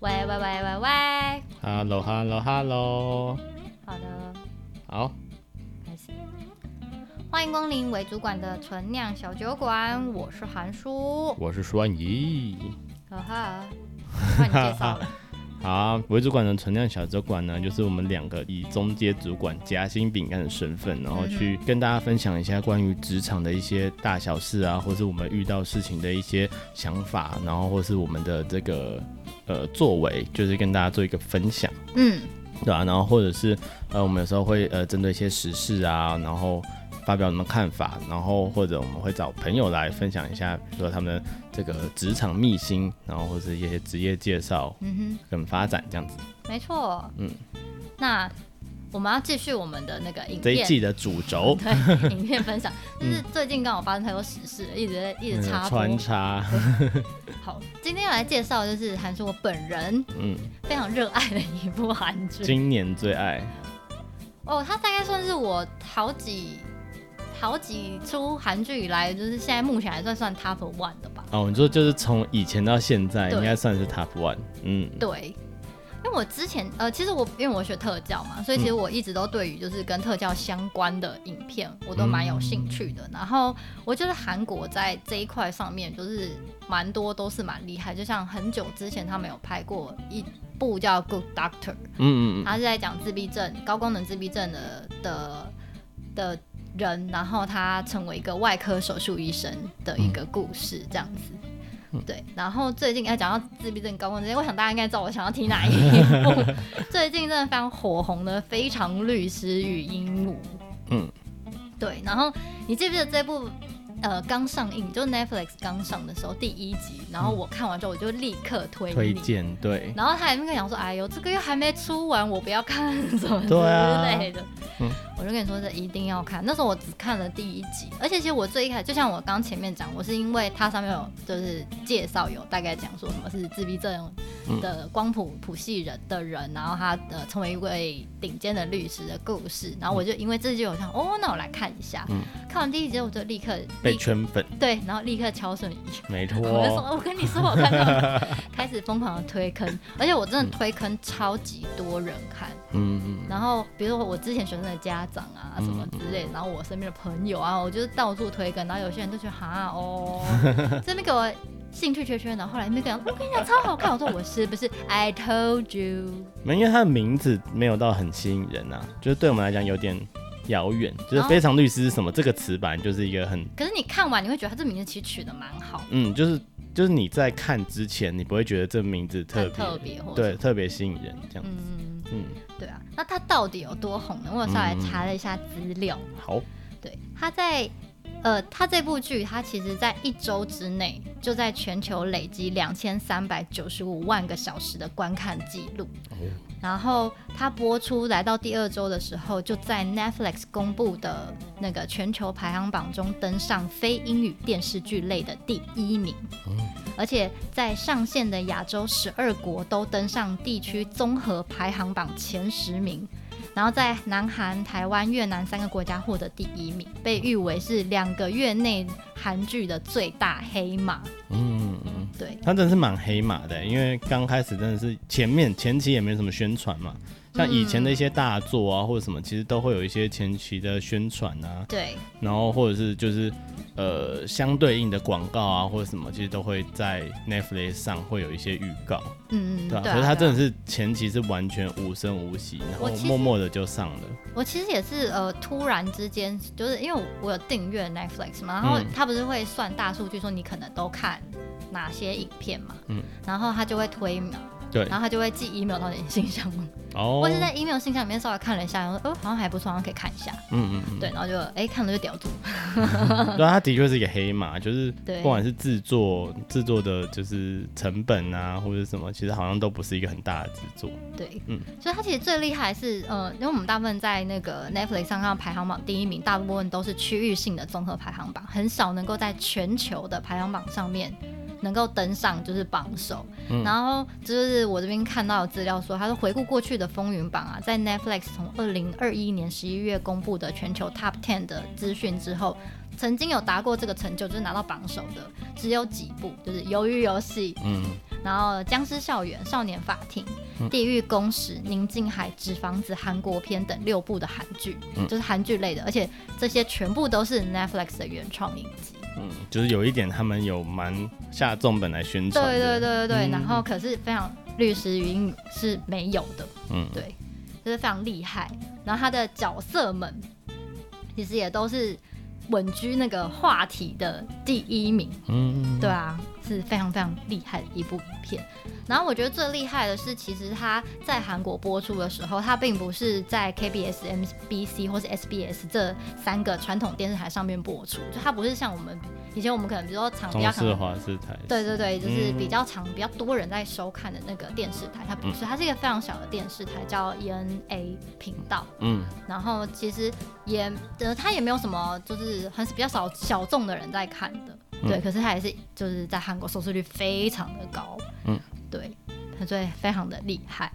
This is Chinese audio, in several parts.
喂喂喂， Hello Hello Hello，好的，好，开始。欢迎光临为主管的纯酿小酒馆，我是韩叔。我是舒安怡。呵呵，换你介绍了。好，为主管的存量小酒馆呢，就是我们两个以中阶主管夹心饼干的身份，然后去跟大家分享一下关于职场的一些大小事啊，或是我们遇到事情的一些想法，然后或是我们的这个呃作为，就是跟大家做一个分享。嗯，对啊，然后或者是呃，我们有时候会呃针对一些时事啊，然后发表什么看法，然后或者我们会找朋友来分享一下，比如说他们这个职场秘辛，然后或者一些职业介绍嗯跟发展这样子。哼，没错。嗯，那我们要继续我们的那个影这一片季的主轴对影片 分享，就是最近刚好发生太多时事了，一直在一直嗯插播。穿插，好，今天要来介绍就是韩叔我本人嗯，非常热爱的一部韩剧。今年最爱，哦，它大概算是我好几好几出韩剧以来，就是现在目前还算算 top one 的吧。哦，你说就是从以前到现在，对应该算是 Top One，嗯，对，因为我之前呃，其实我因为我学特教嘛，所以其实我一直都对于就是跟特教相关的影片，我都蛮有兴趣的。然后我觉得韩国在这一块上面就是蛮多都是蛮厉害，就像很久之前他们有拍过一部叫《Good Doctor》，嗯嗯嗯，他是在讲自闭症、高功能自闭症的的的人，然后他成为一个外科手术医生的一个故事，这样子。嗯对，然后最近要讲到自闭症、高功能，我想大家应该知道我想要听哪一 部。最近真的非常火红的《非常律师与鹦鹉》。嗯，对。然后你记不记得这部呃刚上映，就 Netflix 刚上的时候第一集，然后我看完之后我就立刻推推你荐对，然后他还那个讲说，哎呦，这个月还没出完，我不要看 什么之对啊类的。嗯我就跟你说，这一定要看。那时候我只看了第一集，而且其实我最一开始，就像我刚前面讲，我是因为它上面有就是介绍有大概讲说什么是自闭症嗯的光谱谱系人的人，然后他呃成为一位顶尖的律师的故事，然后我就因为这就有想，哦，那我来看一下。嗯看完第一集我就立刻被立圈粉，对，然后立刻敲顺一。没我就说， 错，我跟你说，我看到开始疯狂的推坑，而且我真的推坑超级多人看。嗯嗯。然后比如说我之前学生的家长啊什么之类的，然后我身边的朋友啊，我就是到处推坑，然后有些人就觉得哈 哦，这边给我兴趣缺缺，然后后来那个人我跟你讲超好看，我说我是不是 I told you？没，因为它的名字没有到很吸引人啊，就是对我们来讲有点遥远。哦就是“非常律师”是什么、这个词版，就是一个很可是你看完你会觉得他这名字其实取得蛮好，嗯，就是就是你在看之前，你不会觉得这名字特很别，特别或者对，特别吸引人这样。嗯，嗯，对啊，那他到底有多红呢？我有稍微查了一下资料。嗯好，对，他在呃，他这部剧，他其实在一周之内就在全球累积两千三百九十五万个小时的观看记录。然后它播出来到第二周的时候，就在 Netflix 公布的那个全球排行榜中登上非英语电视剧类的第一名，哦而且在上线的亚洲十二国都登上地区综合排行榜前十名，然后在南韩、台湾、越南三个国家获得第一名，被誉为是两个月内韩剧的最大黑马。嗯嗯，对，它真的是蛮黑马的，欸因为刚开始真的是前面前期也没什么宣传嘛，像以前的一嗯些大作啊、或者什么，其实都会有一些前期的宣传啊，对，然后或者是就是呃相对应的广告啊或者什么，其实都会在 Netflix 上会有一些预告，嗯，对对啊，啊，所以它对啊真的是前期是完全无声无息，然后我其实默默的就上了，我其实也是呃，突然之间，就是因为我有订阅 Netflix 嘛，然后嗯它不是会算大数据，说你可能都看哪些影片嘛，嗯然后它就会推秒，对然后它就会寄 email 到你的信箱，哦，或是啊在 email 信箱里面稍微看了一下，然后说哦好像还不错，好像可以看一下，嗯嗯嗯，对，然后就哎看了就屌住， 对啊，它的确是一个黑马，就是对不管是制作制作的，就是成本啊或者什么，其实好像都不是一个很大的制作。对，嗯所以它其实最厉害是呃，因为我们大部分在那个 Netflix 上看到排行榜第一名，大部分都是区域性的综合排行榜，很少能够在全球的排行榜上面。能够登上就是榜首，嗯然后就是我这边看到的资料说，他说回顾过去的风云榜啊，在 Netflix 从二零二一年十一月公布的全球 Top Ten 的资讯之后，曾经有达过这个成就，就是拿到榜首的只有几部，就是《鱿鱼游戏》嗯，然后僵尸校园、少年法庭、地狱公使、宁静海、纸房子、韩国片等六部的韩剧，嗯就是韩剧类的，而且这些全部都是 Netflix 的原创影集。嗯，就是有一点他们有蛮下重本来宣传对的，对对对对，嗯然后可是非常律师语音是没有的，嗯对，就是非常厉害。然后他的角色们其实也都是稳居那个话题的第一名，嗯，对啊，是非常非常厉害的一部影片。然后我觉得最厉害的是，其实它在韩国播出的时候，它并不是在 KBS、MBC 或是 SBS 这三个传统电视台上面播出，就它不是像我们以前我们可能比如说场比中较可式能华视台，对对对，就是比嗯较长、比较多人在收看的那个电视台，它不是，它是一个非常小的电视台，叫 ENA 频道。嗯，然后其实也呃，它也没有什么，就是很比较少小众的人在看的，对。嗯可是它也是就是在韩国收视率非常的高，嗯，对，所以非常的厉害。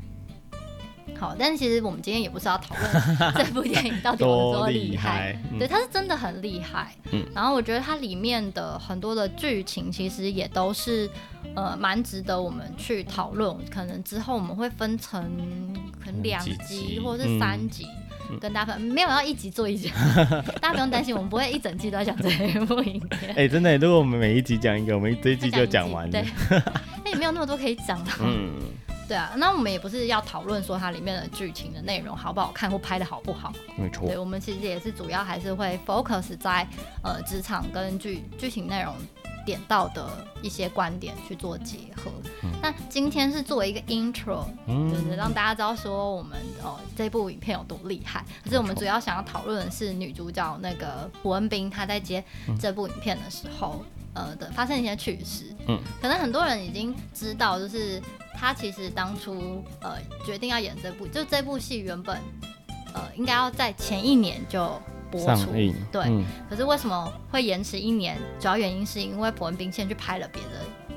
好，但是其实我们今天也不是要讨 论这部电影 到底有多多厉厉害，害，嗯对，它是真的很厉害。嗯然后我觉得它里面的很多的剧情其实也都是呃蛮值得我们去讨论，可能之后我们会分成可能嗯两几集集嗯或者是三集。跟大家分没有要一集做一集， 大家不用担心，我们不会一整季都在讲这一部影片， 哎，真的，如果我们每一集讲一个，我们这一再集就一讲集 完了对，，那也没有那么多可以讲的。啊嗯，对啊，那我们也不是要讨论说它里面的剧情的内容好不好看或拍的好不好，没错对，，我们其实也是主要还是会 focus 在呃职场跟剧剧情内容点到的一些观点去做结合。那今天是作为一个 intro，、就是让大家知道说我们哦这部影片有多厉害。可是我们主要想要讨论的是女主角那个胡文斌她在接这部影片的时候，呃的发生一些趣事。嗯，可能很多人已经知道，就是她其实当初呃决定要演这部，就这部戏原本呃应该要在前一年就播上出，映，对。嗯可是为什么会延迟一年？主要原因是因为朴文斌先去拍了别的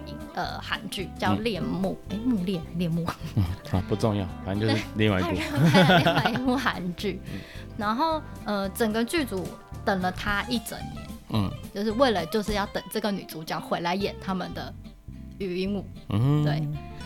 影呃韩剧，叫《恋慕》，嗯哎、木恋恋慕，啊，不重要，反正就是另外一 他部就，拍了另外一部韩剧，然后呃，整个剧组等了他一整年，嗯就是为了就是要等这个女主角回来演他们的语音舞。嗯，对，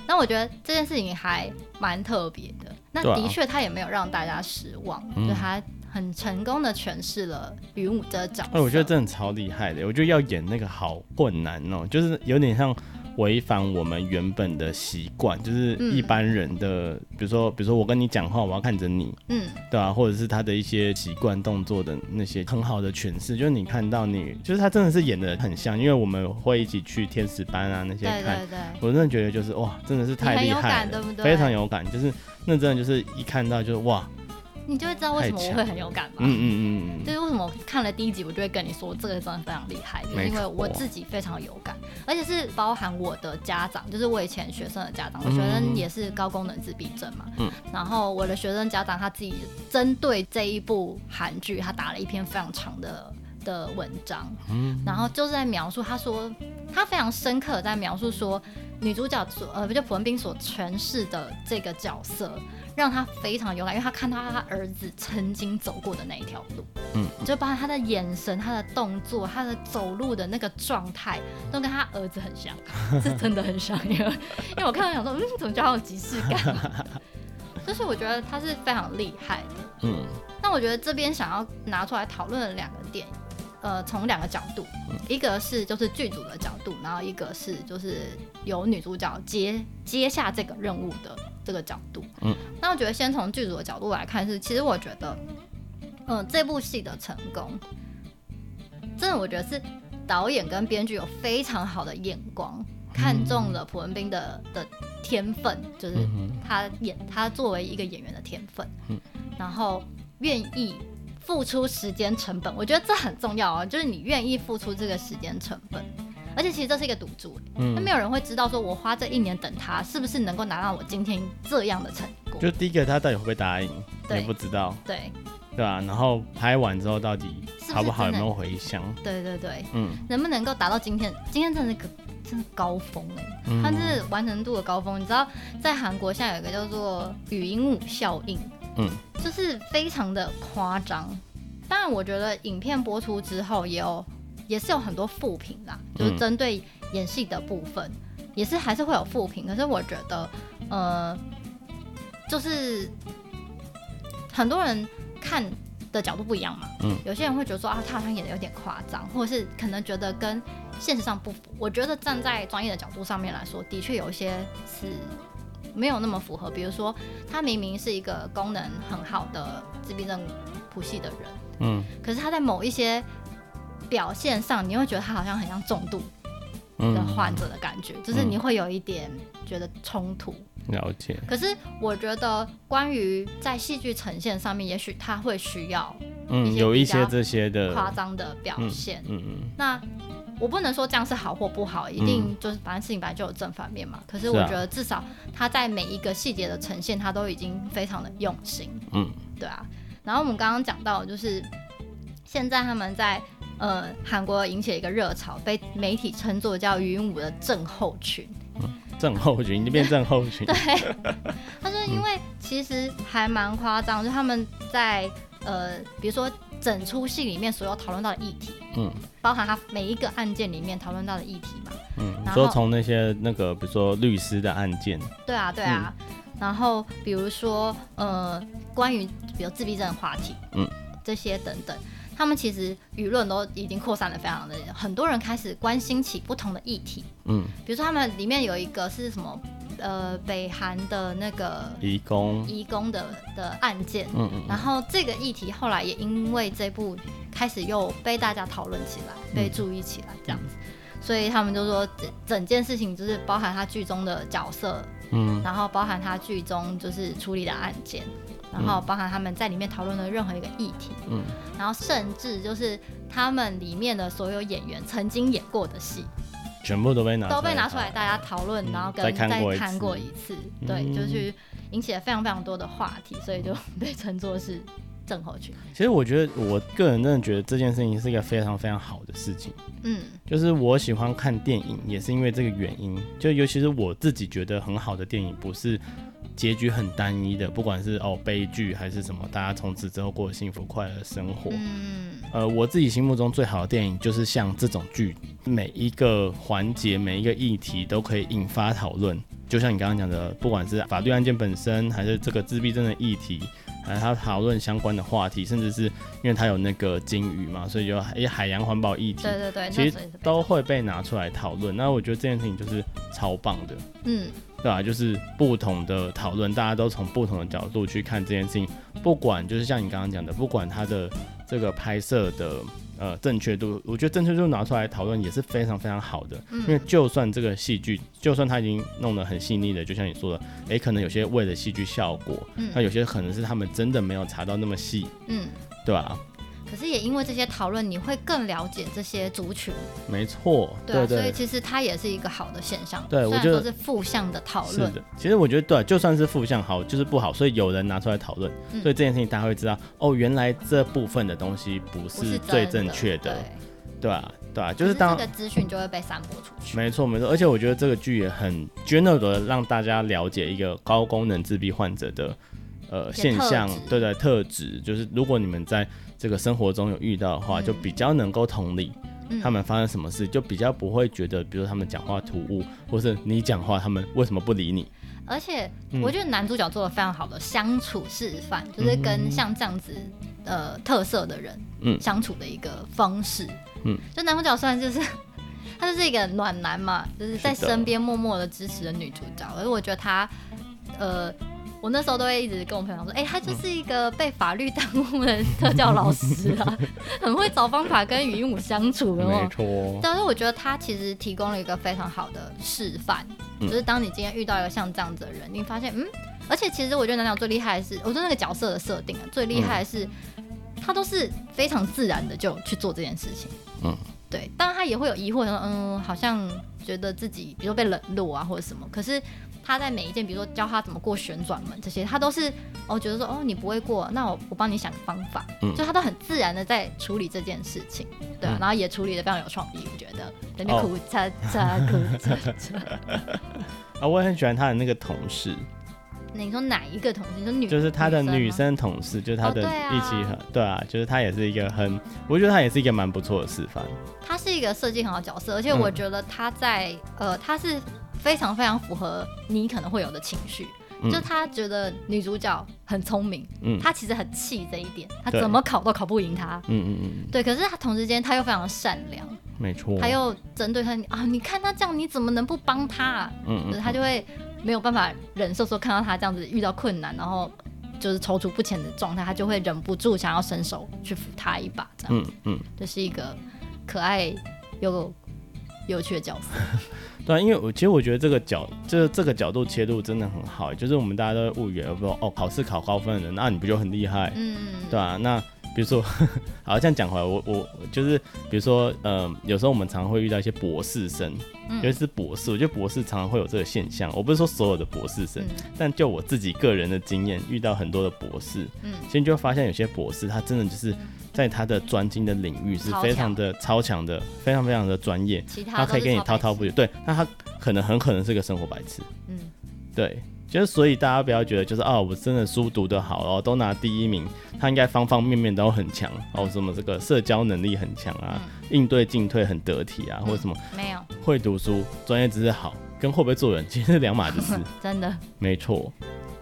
那我觉得这件事情还蛮特别的。那对啊的确，他也没有让大家失望，嗯就他很成功的诠释了语音舞这个角色。哎，我觉得真的超厉害的，我觉得要演那个好困难哦，就是有点像违反我们原本的习惯，就是嗯一般人的，比如说，比如说我跟你讲话，我要看着你，嗯，对啊，或者是他的一些习惯动作的那些很好的诠释，就是你看到你，就是他真的是演的很像，因为我们会一起去天使班啊那些对看，对对。我真的觉得就是哇，真的是太厉害你很有感了，对不对非常有感，就是那真的就是一看到就是哇，你就会知道为什么我太强会很有感吧。嗯嗯嗯就是为什么我看了第一集，我就会跟你说这个真的非常厉害，就是没因为错我自己非常有感，而且是包含我的家长，就是我以前学生的家长，我学生也是高功能自闭症嘛，嗯然后我的学生家长他自己针对这一部韩剧，他打了一篇非常长的的文章，嗯然后就是在描述，他说他非常深刻的在描述说女主角所呃，不就朴文斌所诠释的这个角色，让他非常有感，因为他看到他儿子曾经走过的那一条路，嗯，就包括他的眼神、他的动作、他的走路的那个状态，都跟他儿子很像， 是真的很像，因为因为我看到想说，嗯，怎么叫他有即视感？ 就是我觉得他是非常厉害的。嗯嗯，那我觉得这边想要拿出来讨论的两个点，呃，从两个角度，一个是就是剧组的角度，然后一个是就是由女主角接接下这个任务的这个角度。嗯，那我觉得先从剧组的角度来看是，其实我觉得，嗯、这部戏的成功，真的我觉得是导演跟编剧有非常好的眼光，看中了朴文斌的的天分，就是他演他作为一个演员的天分，然后愿意付出时间成本，我觉得这很重要哦，就是你愿意付出这个时间成本。而且其实这是一个赌注，欸嗯那、没有人会知道说我花这一年等他是不是能够拿到我今天这样的成果。就第一个他到底会不会答应，你对也不知道，对对吧、然后拍完之后到底是不好不是好，有真没的有回响？对对对，嗯，能不能够达到今天？今天真的是个真的高峰哎、欸，它是完成度的高峰。你知道，在韩国现在有一个叫做语音舞效应，嗯，就是非常的夸张。当然，我觉得影片播出之后也有也是有很多负评啦，就是针对演戏的部分。也是还是会有负评，可是我觉得，呃，就是很多人看的角度不一样嘛，嗯，有些人会觉得说啊，他好像演的有点夸张，或者是可能觉得跟现实上不符。我觉得站在专业的角度上面来说，的确有一些是没有那么符合，比如说他明明是一个功能很好的自闭症谱系的人，嗯可是他在某一些表现上，你会觉得他好像很像重度的嗯，患者的感觉，就是你会有一点觉得冲突。了解，可是我觉得，关于在戏剧呈现上面，也许他会需要嗯，一些有一比些较这些的，夸张的表现。嗯嗯，那我不能说这样是好或不好，一定就是反正事情本来就有正反面嘛。可是是我啊觉得至少他在每一个细节的呈现，他都已经非常的用心。嗯，对啊。然后我们刚刚讲到，就是现在他们在呃韩国引起了一个热潮，被媒体称作叫云舞的症候群。嗯症候 群，你变症候群，他说，因为其实还蛮夸张，就他们在呃，比如说整出戏里面所有讨论到的议题，嗯包含他每一个案件里面讨论到的议题嘛。嗯，你然说后从那些那个，比如说律师的案件，对啊，对啊。嗯然后比如说呃，关于比如自闭症的话题，嗯，这些等等，他们其实舆论都已经扩散的非常的，很多人开始关心起不同的议题，嗯，比如说他们里面有一个是什么呃，北韩的那个移工，移工的的案件。嗯嗯然后这个议题后来也因为这部开始又被大家讨论起来，被嗯注意起来这样子，所以他们就说整整件事情就是包含他剧中的角色，嗯然后包含他剧中就是处理的案件，然后包含他们在里面讨论的任何一个议题，嗯，然后甚至就是他们里面的所有演员曾经演过的戏全部都被拿都被拿出来大家讨论，嗯然后跟再看过一看次过一次，对，嗯就是引起了非常非常多的话题，所以就 被称作是症候群。其实我觉得，我个人真的觉得这件事情是一个非常非常好的事情。嗯就是我喜欢看电影，也是因为这个原因。就尤其是我自己觉得很好的电影，不是结局很单一的，不管是哦悲剧还是什么，大家从此之后过幸福快乐的生活。嗯呃，我自己心目中最好的电影就是像这种剧，每一个环节、每一个议题都可以引发讨论。就像你刚刚讲的，不管是法律案件本身，还是这个自闭症的议题，还有他讨论相关的话题，甚至是因为他有那个鲸鱼嘛，所以有海海洋环保议题，对对对，其那实时候也是被都会被拿出来讨论。那我觉得这件事情就是超棒的，嗯对吧、就是不同的讨论，大家都从不同的角度去看这件事情。不管就是像你刚刚讲的，不管它的这个拍摄的呃正确度，我觉得正确度拿出来讨论也是非常非常好的。嗯因为就算这个戏剧，就算它已经弄得很细腻的，就像你说的，诶，可能有些为了戏剧效果，嗯那有些可能是他们真的没有查到那么细，嗯。对吧、可是也因为这些讨论，你会更了解这些族群，没错，对啊，对所以其实它也是一个好的现象。对虽我然觉说得是负向的讨是论，的，其实我觉得对啊，就算是负向好，就是不好，所以有人拿出来讨论，嗯所以这件事情大家会知道，哦，原来这部分的东西不不是真最正确的，的，对啊，对啊，对，就是当可这个资讯就会被散播出去。没错没错，而且我觉得这个剧也很 general 的让大家了解一个高功能自闭患者的呃一些现特象质，对对特质，就是如果你们在这个生活中有遇到的话，就比较能够同理。嗯他们发生什么事，就比较不会觉得，比如说他们讲话突兀，或是你讲话，他们为什么不理你？而且嗯我觉得男主角做的非常好的相处示范，就是跟像这样子呃特色的人嗯相处的一个方式。嗯，就男主角虽然就是 他就是一个暖男嘛，就是在是的身边默默的支持着女主角，而我觉得他呃。我那时候都会一直跟我朋友讲说，哎、他就是嗯一个被法律耽误的特教老师啊， 很会找方法跟云武相处，有没有错，但是啊我觉得他其实提供了一个非常好的示范，嗯就是当你今天遇到一个像这样子的人，你发现嗯，而且其实我觉得男角最厉害的是，我觉得那个角色的设定啊，最厉害的是、他都是非常自然的就去做这件事情，嗯，对，当然他也会有疑惑，想说嗯，好像觉得自己比如说被冷落啊或者什么，可是。他在每一件，比如说教他怎么过旋转门这些，他都是哦觉得说哦你不会过，那我我帮你想个方法，嗯就他都很自然的在处理这件事情。对、啊，然后也处理的非常有创意，我觉得在那边哦哭嚓嚓哭 嚓嚓。啊，我也很喜欢他的那个同事，那你说哪一个同事？你说女就是他的女女生吗生同事，就是他的哦对啊一起很、对啊，就是他也是一个很，我觉得他也是一个蛮不错的示范。嗯她是一个设计很好的角色，而且我觉得她在、呃，她是非常非常符合你可能会有的情绪。嗯就他觉得女主角很聪明，嗯他其实很气这一点，他对怎么考都考不赢她。嗯嗯嗯，对，可是他同时间他又非常善良，没错。他又针对他啊，你看他这样，你怎么能不帮他、啊？嗯就是嗯，他就会没有办法忍受说看到他这样子遇到困难，然后就是踌躇不前的状态，他就会忍不住想要伸手去扶他一把，这样嗯嗯，这、是一个可爱又有趣的角色。对啊，因为我其实我觉得这个角，这这个角度切入真的很好，欸就是我们大家都会误以为说，哦，考试考高分的人，那、你不就很厉害？嗯，对啊，那比如说， 好，这样讲回来，我我就是比如说，呃，有时候我们常会遇到一些博士生，嗯尤其是博士，我觉得博士常常会有这个现象。我不是说所有的博士生，嗯但就我自己个人的经验，遇到很多的博士，嗯其实你就会发现有些博士他真的就是在他的专精的领域是超非常的超强的，非常非常的专业，其他他可以跟你滔滔不绝。绝。对，那他可能很可能是个生活白痴。嗯，对，就是所以大家不要觉得就是啊，我真的书读得好哦，都拿第一名，他应该方方面面都很强哦，什么这个社交能力很强啊，嗯应对进退很得体啊，或者什么没有，会读书、专业知识好，跟会不会做人其实是两码子 事，真的。没错，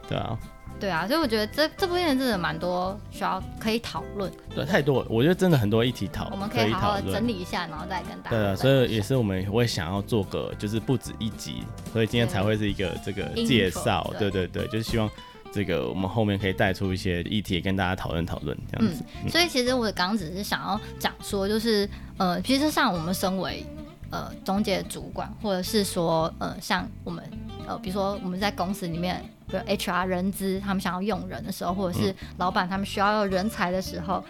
对啊，对啊，所以我觉得这这部电影真的蛮多需要可以讨论，对，太多了，我觉得真的很多议题讨我们可可以以好好讨地论整。理一下，然后再跟大家对分啊，享。所以也是我们会想要做个，就是不止一集，所以今天才会是一个这个对介绍 Intro，，对对对，就是希望这个我们后面可以带出一些议题跟大家讨论讨论这样子。所以其实我刚刚只是想要讲说，就是呃，其实像我们身为呃中介主管，或者是说呃像我们呃，比如说我们在公司里面，比如 HR 人资他们想要用人的时候，或者是老板他们需要人才的时候，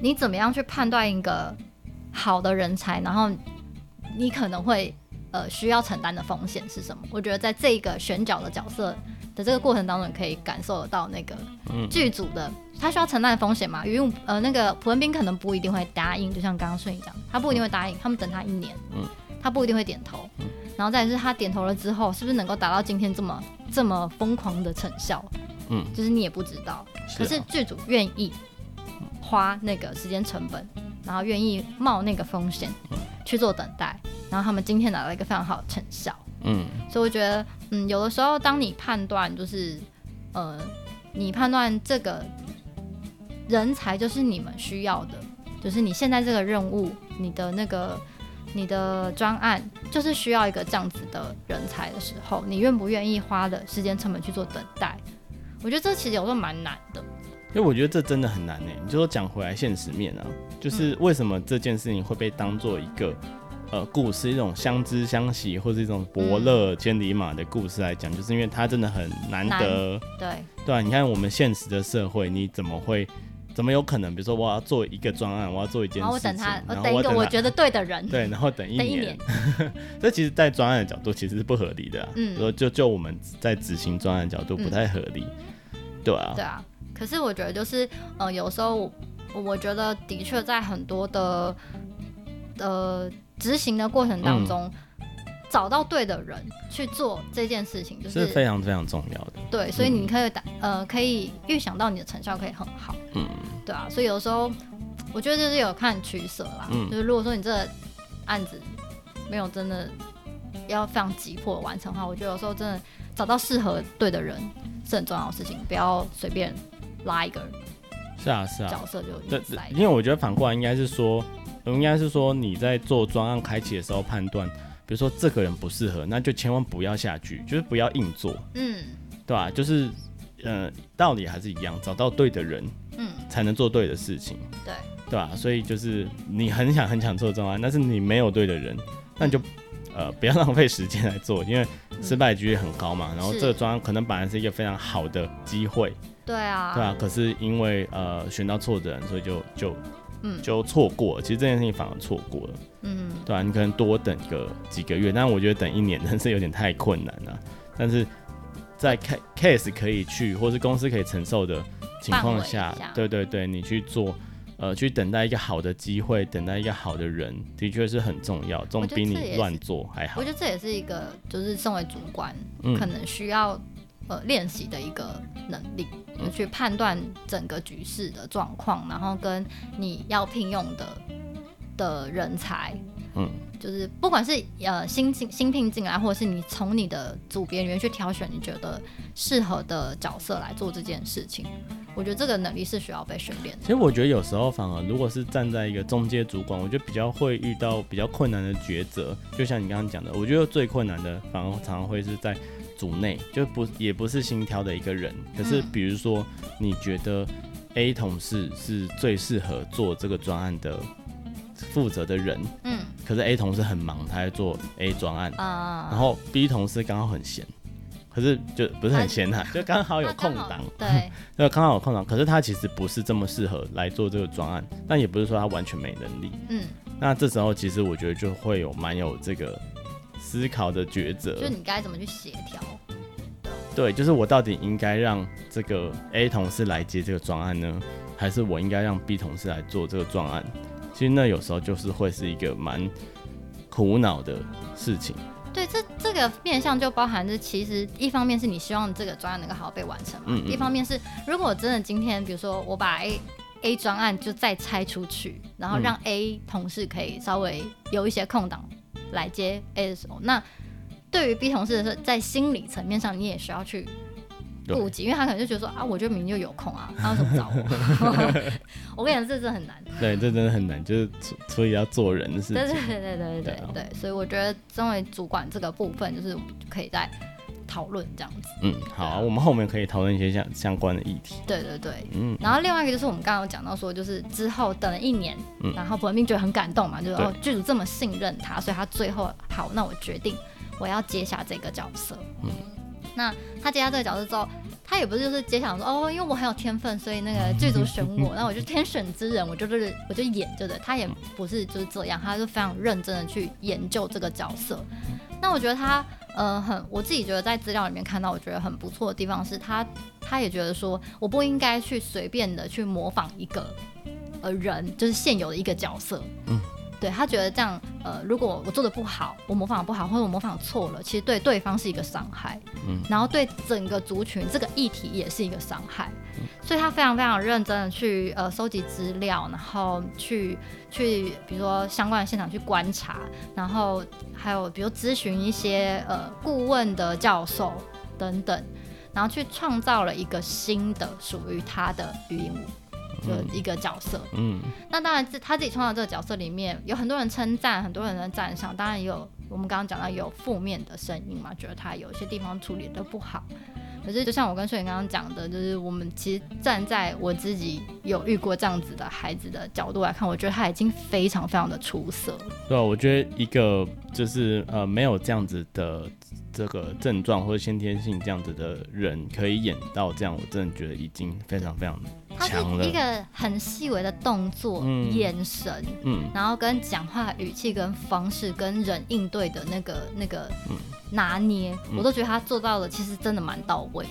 你怎么样去判断一个好的人才，然后你可能会呃需要承担的风险是什么？我觉得在这个选角的角色的这个过程当中，你可以感受得到那个剧组的、他需要承担的风险嘛。因为呃那个朴恩斌可能不一定会答应，就像刚刚顺义讲，他不一定会答应，他们等他一年，嗯他不一定会点头。然后再来是他点头了之后，是不是能够达到今天这么这么疯狂的成效？嗯，就是你也不知道。可是啊剧组愿意花那个时间成本，然后愿意冒那个风险嗯去做等待，然后他们今天拿到一个非常好的成效。嗯所以我觉得，嗯，有的时候当你判断就是，呃，你判断这个人才就是你们需要的，就是你现在这个任务，你的那个你的专案就是需要一个这样子的人才的时候，你愿不愿意花的时间成本去做等待？我觉得这其实有时候蛮难的。因为我觉得这真的很难呢、你就说讲回来现实面啊，就是嗯为什么这件事情会被当做一个呃故事，一种相知相惜或是一种嗯伯乐千里马的故事来讲，就是因为它真的很难得。对，对啊，你看我们现实的社会，你怎么会？怎么有可能？比如说，我要做一个专案，我要做一件然事后情，我等他，我然后等一个等我他觉得对的人，对，然后等一等年，一年，这其实，在专案的角度其实是不合理的、啊。嗯说就就我们在执行专案的角度不太合理，对啊，对啊，可是我觉得就是，呃，有时候我我觉得的确在很多的呃执行的过程当中，找到对的人去做这件事情，就是非常非常重要的。对，所以你可以打、呃可以预想到你的成效可以很好，嗯，对啊，所以有时候我觉得就是有看取舍啦，嗯就是如果说你这个案子没有真的要非常急迫地完成的话，我觉得有时候真的找到适合对的人是很重要的事情，不要随便拉一个人。是啊，是啊，角色就对硬，对塞因为我觉得反过来应该是说，呃应该是说你在做专案开启的时候判断，比如说这个人不适合，那就千万不要下去，就是不要硬做，嗯对吧、就是，呃，道理还是一样，找到对的人嗯，才能做对的事情，对，对吧、所以就是你很想很想做专案，但是你没有对的人，那你就。呃，不要浪费时间来做，因为失败几率很高嘛。然嗯后是这个专案可能本来是一个非常好的机会，对啊，对啊，可是因为呃选到错的人，所以就就嗯就错过了。其实这件事情反而错过了，嗯对啊，你可能多等个几个月，但我觉得等一年真是有点太困难了。但是在 ca- case 可以去，或是公司可以承受的情况下范围，下对对对，你去做。呃，去等待一个好的机会，等待一个好的人，的确是很重要。这种我觉得比这也你是乱做还好我。觉得这也是一个，就是身为主管、嗯可能需要呃练习的一个能力，嗯就去判断整个局势的状况，然后跟你要聘用的的人才，嗯，就是不管是呃新进新聘进来，或者是你从你的组别里面去挑选你觉得适合的角色来做这件事情，我觉得这个能力是需要被训练的。其实我觉得有时候反而如果是站在一个中介主管，我觉得比较会遇到比较困难的抉择。就像你刚刚讲的，我觉得最困难的反而常常会是在组内，就不也不是新挑的一个人。可是嗯比如说，你觉得 A 同事是最适合做这个专案的负责的人，嗯可是 A 同事很忙，他在做 A 专案，啊，然后 B 同事刚好很闲，可是就不是很闲啊，就刚好有那空刚好档。对，那刚好有空档，可是他其实不是这么适合来做这个专案，但也不是说他完全没能力。嗯，那这时候其实我觉得就会有蛮有这个思考的抉择就，你该怎么去协调？对，就是我到底应该让这个 A 同事来接这个专案呢，还是我应该让 B 同事来做这个专案？其实那有时候就是会是一个蛮苦恼的事情。对，这这个面向就包含着，其实一方面是你希望这个专案能够好好被完成嘛，嗯嗯一方面是如果真的今天，比如说我把 A A 专案就再拆出去，然后嗯让 A 同事可以稍微有一些空档来接 A 的时候，那对于 B 同事的是在心理层面上，你也需要去对顾及，因为他可能就觉得说啊，我就明明就有空啊，他要怎么找 我？我跟你讲，这真的很难。对，这真的很难，就是处处理要做人的事对情。对对对对对对啊对，所以我觉得身为主管这个部分，就是我们可以再讨论这样子。嗯，好啊、我们后面可以讨论一些相相关的议题。对对对。嗯，然后另外一个就是我们刚刚有讲到说，就是之后等了一年，嗯然后文斌觉得很感动嘛，就是对哦剧组这么信任他，所以他最后好，那我决定我要接下这个角色。嗯，那他接下这个角色之后，他也不是就是接想说哦，因为我很有天分，所以那个剧组选我，那我就天选之人，我就是我就演，对不对？他也不是就是这样，他就非常认真的去研究这个角色。那我觉得他呃很，我自己觉得在资料里面看到，我觉得很不错的地方是他他也觉得说我不应该去随便的去模仿一个呃人，就是现有的一个角色，嗯。对他觉得这样，呃，如果我做的不好，我模仿得不好，或者我模仿错了，其实对对方是一个伤害。然后对整个族群这个议题也是一个伤害，所以他非常非常认真的去呃收集资料，然后去去比如说相关的现场去观察，然后还有比如咨询一些呃顾问的教授等等，然后去创造了一个新的属于他的语音舞的一个角色。嗯，那当然，自他自己创造这个角色里面，有很多人称赞，很多人的赞赏，当然也有我们刚刚讲到有负面的声音嘛，觉得他有一些地方处理的不好。可是就像我跟秀妍刚刚讲的，就是我们其实站在我自己有遇过这样子的孩子的角度来看，我觉得他已经非常非常的出色了。对啊、我觉得一个就是呃没有这样子的这个症状或者先天性这样子的人，可以演到这样，我真的觉得已经非常非常他是强了一。个很细微的动作、嗯眼神，嗯，然后跟讲话语气、跟方式、跟人应对的那个那个嗯拿捏，我都觉得他做到了，其实真的蛮到位，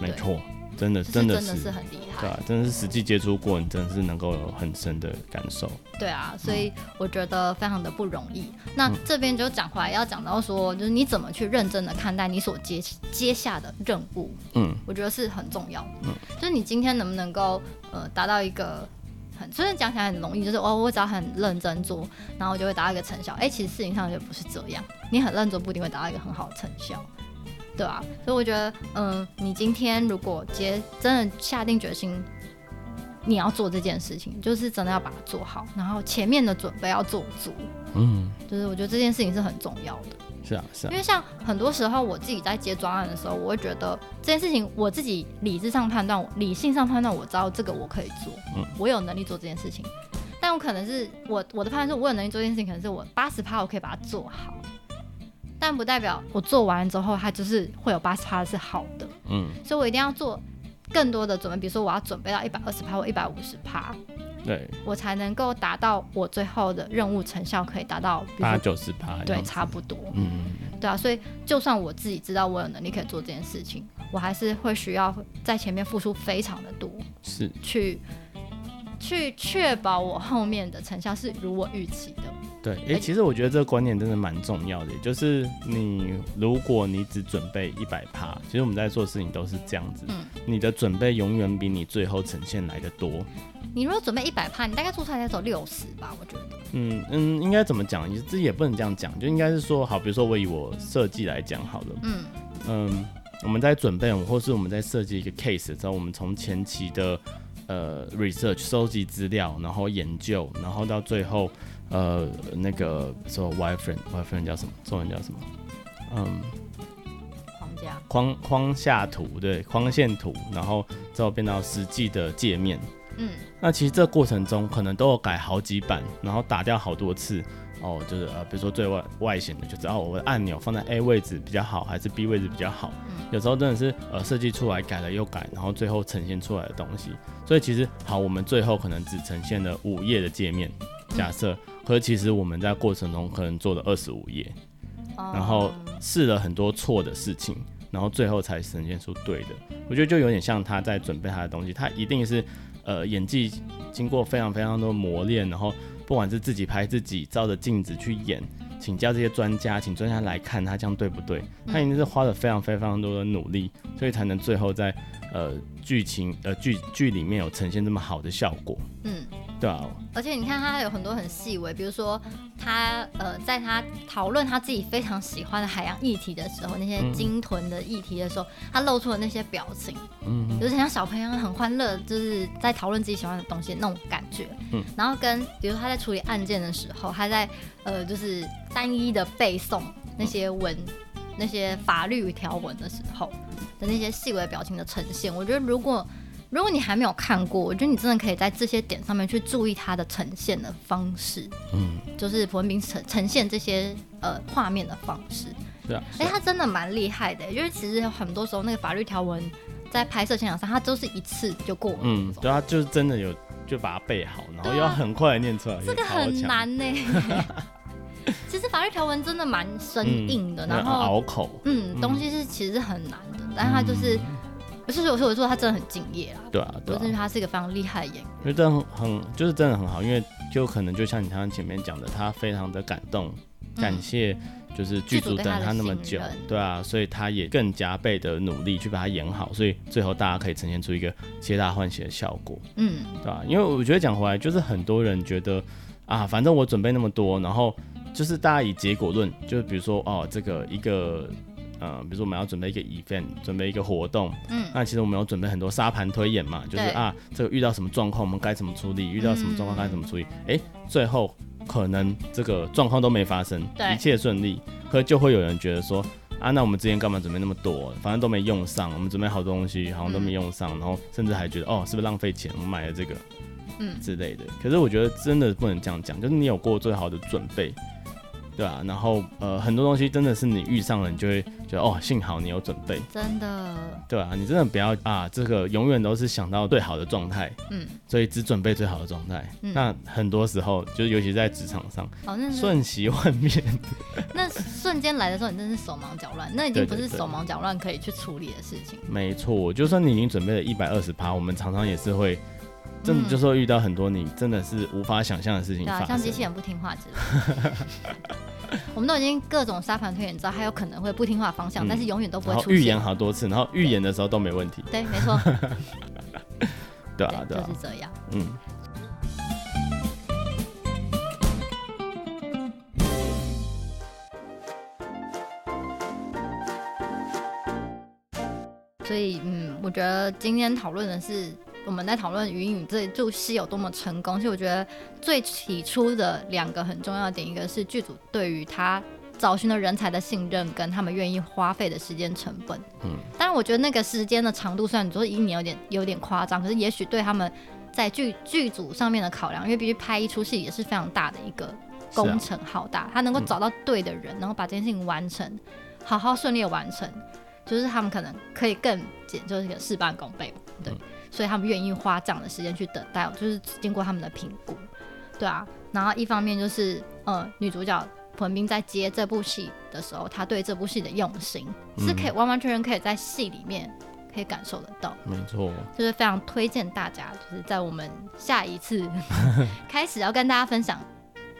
没错，真的就是真真的的是是，很厉害。对啊，真的是实际接触过，你真的是能够有很深的感受。对嗯啊，所以我觉得非常的不容易。那这边就讲回来，要讲到说，就是你怎么去认真的看待你所接接下的任务，嗯，我觉得是很重要的。就是你今天能不能够呃达到一个很，虽然讲起来很容易，就是哦，我只要很认真做，然后就会达到一个成效。哎、其实事情上也不是这样，你很认真不一定会达到一个很好的成效。对啊，所以我觉得，嗯，你今天如果接真的下定决心你要做这件事情，就是真的要把它做好，然后前面的准备要做足。嗯，就是我觉得这件事情是很重要的，是啊是啊因，为像很多时候我自己在接专案的时候，我会觉得这件事情我自己理智上判断，我理性上判断，我知道这个我可以做，嗯我有能力做这件事情。但我可能是我我的判断是我有能力做这件事情，可能是我八十趴我可以把它做好，但不代表我做完之后它就是会有八十趴是好的。嗯，所以我一定要做更多的准备，比如说我要准备到一百二十趴或一百五十趴，对，我才能够达到我最后的任务成效可以达到，比如八说九十趴，对，差不多，嗯，对啊，所以就算我自己知道我有能力可以做这件事情，我还是会需要在前面付出非常的多，是，去去确保我后面的成效是如我预期的，对，诶、其实我觉得这个观念真的蛮重要的，就是你如果你只准备一百趴，其实我们在做事情都是这样子，嗯你的准备永远比你最后呈现来的多。你如果准备一百趴，你大概做出来才走六十吧，我觉得。嗯嗯，应该怎么讲？也这也不能这样讲，就应该是说，好，比如说我以我设计来讲好了，嗯嗯，我们在准备，或是我们在设计一个 case 的时候，我们从前期的呃 research 收集资料，然后研究，然后到最后呃那个说 wireframe wireframe 叫什么？中文叫什么？嗯，框架。框框下图对，框线图，然后之后变到实际的界面。嗯，那其实这过程中可能都有改好几版，然后打掉好多次。哦，就是呃，比如说最外外显的，就是哦，我的按钮放在 A 位置比较好，还是 B 位置比较好？有时候真的是呃，设计出来改了又改，然后最后呈现出来的东西。所以其实好，我们最后可能只呈现了五页的界面，假设，可是其实我们在过程中可能做了二十五页，哦然后试了很多错的事情，然后最后才呈现出对的。我觉得就有点像他在准备他的东西，他一定是呃演技经过非常非常多磨练，然后不管是自己拍自己，照着镜子去演，请教这些专家，请专家来看他这样对不对，嗯他一定是花了非常非常多的努力，所以才能最后在呃剧情呃剧剧里面有呈现这么好的效果，嗯，对啊，而且你看他有很多很细微，比如说他呃，在他讨论他自己非常喜欢的海洋议题的时候，那些鲸豚的议题的时候，他露出的那些表情，嗯，就是像小朋友很欢乐，就是在讨论自己喜欢的东西那种感觉。嗯，然后跟比如说他在处理案件的时候，他在呃就是单一的背诵那些文、那些法律条文的时候的那些细微表情的呈现，我觉得如果如果你还没有看过，我觉得你真的可以在这些点上面去注意它的呈现的方式，嗯，就是文明呈呈现这些呃画面的方式。对啊，哎、他真的蛮厉害的，因为其实很多时候那个法律条文在拍摄现场上，他都是一次就过了。嗯，对啊，就是真的有就把它背好，然后又要很快的念出来，啊这也个超很强。嗯难呢。 其实法律条文真的蛮生硬的，嗯然那后拗口，嗯，东西是其实很难的，但他就是，不是我说我说他真的很敬业啊，对啊，嗯对我啊真，的他是一个非常厉害的演员。因为真的很很就是真的很好，因为就可能就像你刚刚前面讲的，他非常的感动，感谢就是剧组等他那么嗯剧组对他久的信任，对啊，所以他也更加倍的努力去把它演好，所以最后大家可以呈现出一个皆大欢喜的效果。嗯对啊，因为我觉得讲回来，就是很多人觉得啊，反正我准备那么多，然后就是大家以结果论，就是比如说哦，这个一个呃，比如说我们要准备一个 event，准备一个活动，嗯那其实我们有准备很多沙盘推演嘛，就是对啊，这个遇到什么状况我们该怎么处理，遇到什么状况该怎么处理，嗯诶，最后可能这个状况都没发生，对一切顺利，可就会有人觉得说。啊，那我们之前干嘛准备那么多？反正都没用上，我们准备好多东西，好像都没用上，然后甚至还觉得哦，是不是浪费钱？我们买了这个，嗯之类的。可是我觉得真的不能这样讲，就是你有过最好的准备，对啊，然后呃，很多东西真的是你遇上了，你就会觉得哦，幸好你有准备，真的，对啊，你真的不要啊，这个永远都是想到最好的状态，嗯，所以只准备最好的状态。嗯那很多时候，就是尤其在职场上，哦，那是瞬息万变， 那瞬间来的时候，你真是手忙脚乱，那已经对不是对对手忙脚乱可以去处理的事情。没错。就算你已经准备了一百二十趴，我们常常也是会。真的就是会遇到很多你真的是无法想象的事嗯情对发啊，生，像机器人不听话之类的。 我们都已经各种沙盘推演，知道它有可能会不听话的方向，嗯但是永远都不然会后出预言现。好多次，然后预言的时候都没问题，对，没 错，对啊，对，对就啊是，这样。嗯。所以，嗯，我觉得今天讨论的是我们在讨论云影这部戏有多么成功。其实我觉得最起初的两个很重要的点，一个是剧组对于他找寻的人才的信任，跟他们愿意花费的时间成本。嗯，当然，我觉得那个时间的长度，虽然你说一年有点有点夸张，可是也许对他们在剧剧组上面的考量，因为必须拍一出戏也是非常大的一个工程浩大，他能够找到对的人，然后把这件事情完成，好好顺利的完成，就是他们可能可以更简，就是一个事半功倍，对，所以他们愿意花这样的时间去等待，就是经过他们的评估，对啊，然后一方面就是，呃，女主角文斌在接这部戏的时候，她对这部戏的用心嗯是可以完完全全可以在戏里面可以感受得到，没错，就是非常 推荐大家，就是在我们下一次开始要跟大家分享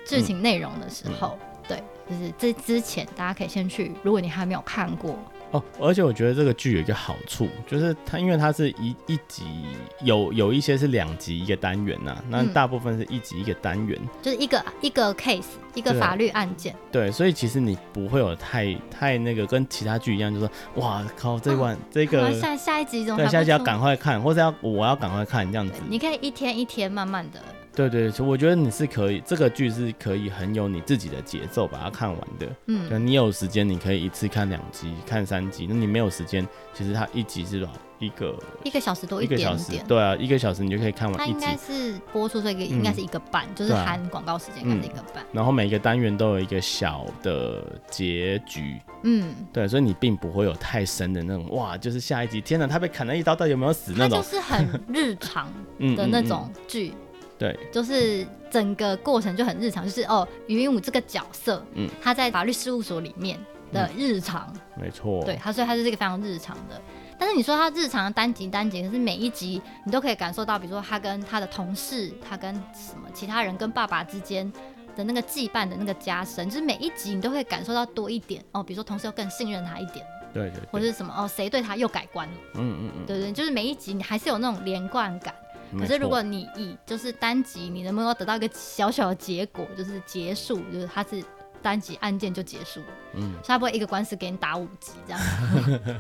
剧情内容的时候，嗯对，就是这之前大家可以先去，如果你还没有看过，哦，而且我觉得这个剧有一个好处，就是它因为它是一一集有有一些是两集一个单元呐、那嗯大部分是一集一个单元，就是一个一个 case，一个对法律案件，对，所以其实你不会有太太那个跟其他剧一样，就是说哇靠，这晚、这然个后下下一集总对哦还下一不集要出赶快看，或者要我要赶快看这样子对，你可以一天一天慢慢的，对对，所以我觉得你是可以，这个剧是可以很有你自己的节奏把它看完的。嗯对，你有时间你可以一次看两集，看三集。那你没有时间，其实它一集是吧？一个一个小时多一个点小时点，。对啊，一个小时你就可以看它完一应集。该是播出这个，应该是一个半，就是对啊含广告时间，应该是一个半。然后每个单元都有一个小的结局，嗯，对，所以你并不会有太深的那种哇，就是下一集，天哪，他被砍了一刀，到底有没有死它那就种？是很日常 嗯的那种剧，对，就是整个过程就很日常，就是哦，于鹦鹉这个角色，嗯他在法律事务所里面的日常，没错，对，他所以他就是一个非常日常的。但是你说他日常的单集单集，可是每一集你都可以感受到，比如说他跟他的同事，他跟什么其他人跟爸爸之间的那个羁绊的那个加深，就是每一集你都会感受到多一点哦，比如说同事又更信任他一点，对对或对，者是什么哦谁对他又改观了，嗯嗯嗯，对不对？就是每一集你还是有那种连贯感。可没是如错果你以就是单集，你能不能够得到一个小小的结果，就是结束，就是它是单集案件就结束了，嗯所以它不会一个官司给你打五集这样。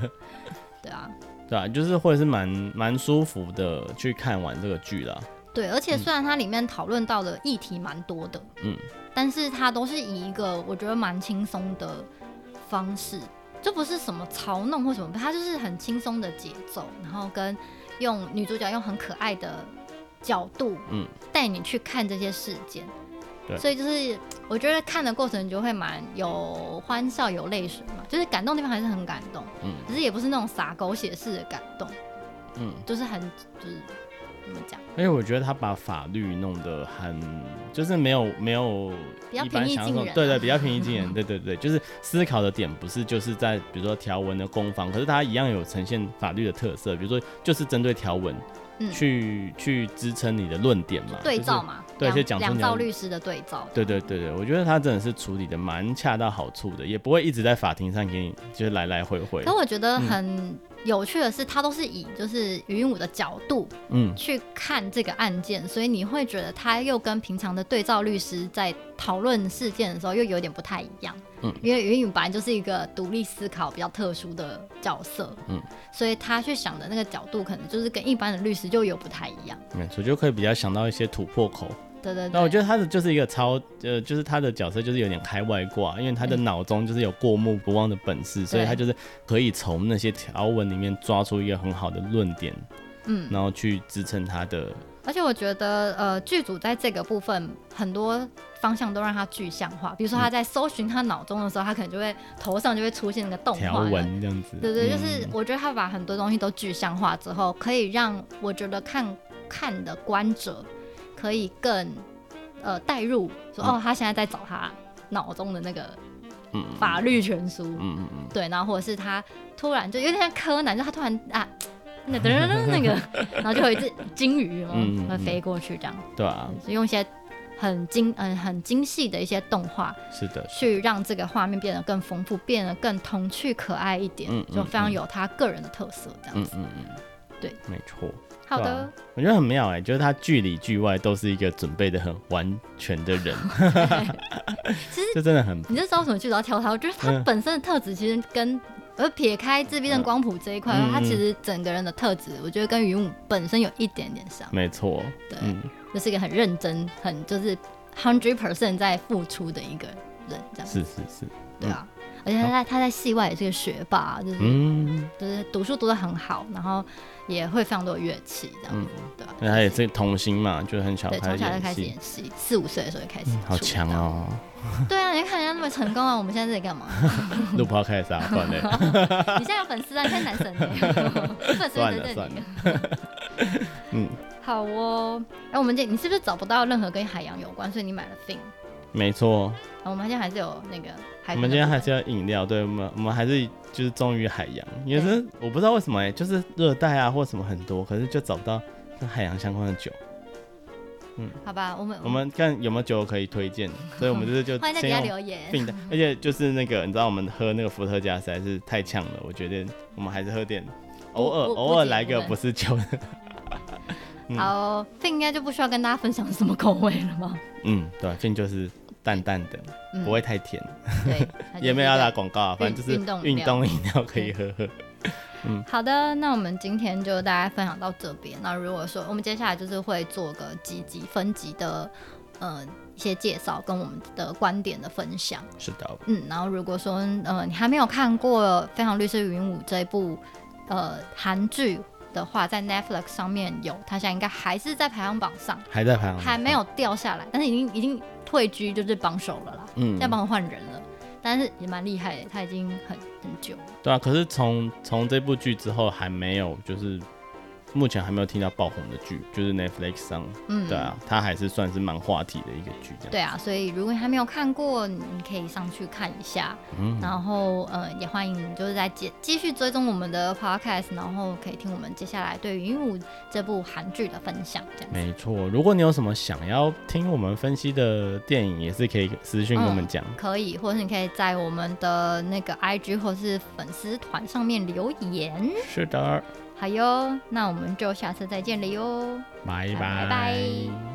对啊，对啊，就是会是蛮蛮舒服的去看完这个剧啦。对，而且虽然它里面讨论到的议题蛮多的，嗯，但是它都是以一个我觉得蛮轻松的方式，就不是什么嘲弄或什么，它就是很轻松的节奏，然后跟用女主角用很可爱的角度，嗯，带你去看这些事件。对所以就是我觉得看的过程你就会蛮有欢笑有泪水嘛，就是感动的地方还是很感动，嗯只是也不是那种洒狗血式的感动，嗯，就是很就是怎么讲。而且我觉得他把法律弄得很，就是没有没有比较一般平易想近象中人啊对对，比较平易近 人，对对对，就是思考的点不是就是在比如说条文的攻防，可是它一样有呈现法律的特色，比如说就是针对条文。嗯去去支撑你的论点嘛，对就是照嘛，对两就讲出两你造要律师的对照，对对对对，我觉得他真的是处理的蛮恰到好处的，也不会一直在法庭上给你就是来来回回可。我觉嗯得很有趣的是，他都是以就是于鹦鹉的角度嗯，去看这个案件，所以你会觉得他又跟平常的对照律师在讨论事件的时候又有点不太一样。嗯因为于鹦鹉本来就是一个独立思考比较特殊的角色，嗯，所以他去想的那个角度可能就是跟一般的律师就有不太一样。没错，就可以比较想到一些突破口。对对对，那我觉得他的就是一个超呃，就是他的角色就是有点开外挂，因为他的嗯脑中就是有过目不忘的本事，所以他就是可以从那些条文里面抓出一个很好的论点，嗯，然后去支撑他的。而且我觉得，呃，剧组在这个部分很多方向都让它具象化，嗯比如说他在搜寻他脑中的时候，他可能就会头上就会出现那个动条画。文这样子，对对，嗯就是我觉得他把很多东西都具象化之后，可以让我觉得看看的观者可以更呃带入，说哦，他现在在找他脑中的那个嗯法律全书，嗯嗯嗯，对，然后或者是他突然就有点像柯南，就他突然啊，那噔噔噔那个， 然后就有一只金鱼嘛，嗯嗯会飞过去这样，对啊，就用一些很精嗯很精细的一些动画是的，去让这个画面变得更丰富，变得更童趣可爱一点，嗯嗯就非常有他个人的特色这样嗯子。嗯嗯，对，没错，好对的啊，我觉得很妙哎、就是他剧里剧外都是一个准备的很完全的人， 其实这真的很你就知道为什么剧组要挑他，我觉得他嗯本身的特质其实跟。而撇开自闭症光谱这一块，嗯嗯他嗯其实整个人的特质，我觉得跟云武本身有一点点像。没错，对，嗯，就是一个很认真、很就是 hundred percent 在付出的一个人，这样是嗯是是，对啊。而且他在他在戏外也是个学霸，啊就是、嗯，就是读书读得很好，然后也会非常多的乐器，这样子，对吧、那嗯他也是童星嘛，就是很小对，开从始小就开演始戏演。戏，四五岁的时候就开始、好强！哦！对啊，你看人家那么成功啊，我们现在在干嘛？ 录 podcast 啊，不然嘞， 你现在有粉丝啊，你现在男神呢、 粉丝算在了这算了里。， 嗯，好哦，哎、我们这你是不是找不到任何跟海洋有关，所以你买了 fin？没错。啊我们现在还是有那个海。我们今天还是要饮料，对我们我们还是就是忠于海洋，也是嗯我不知道为什欸么哎、就是热带啊或什么很多，可是就找不到跟海洋相关的酒。嗯，好吧，我们我们看有没有酒可以推 荐，所以我们就是就欢迎在底先下用留言。并的，而且就是那个，你知道我们喝那个伏特加实在是太呛了，我觉得我们还是喝点，偶尔不不偶尔不来个不不是酒的，嗯好、哦，这应该就不需要跟大家分享什么口味了 吧？嗯，对，并就是淡淡的，嗯不会太甜，对，也没有要打广告啊，运反正就是运动饮运料动饮料可以喝喝，好的，那我们今天就大家分享到这边。那如果说我们接下来就是会做个几集分级的，呃，一些介绍跟我们的观点的分享。是的，嗯，然后如果说呃你还没有看过《非常律师云武》这一部呃韩剧的话，在 Netflix 上面有，它现在应该还是在排行榜上，还在排行榜还没，有掉下来，但是已经已经退居就是榜首了啦，嗯现在，榜首换人了，但是也蛮厉害的，他已经很很久了。对啊，可是从从这部剧之后还没有就是。目前还没有听到爆红的剧，就是 Netflix 上，嗯，对啊，它还是算是蛮话题的一个剧这样。对啊，所以如果你还没有看过，你你可以上去看一下。嗯然后呃，也欢迎你就是在继继续追踪我们的 podcast，然后可以听我们接下来对《云舞》这部韩剧的分享。这样子，没错，如果你有什么想要听我们分析的电影，也是可以私信嗯跟我们讲。可以，或者你可以在我们的那个 IG 或是粉丝团上面留言。是的，好哟，那我们就下次再见了哟。拜拜拜拜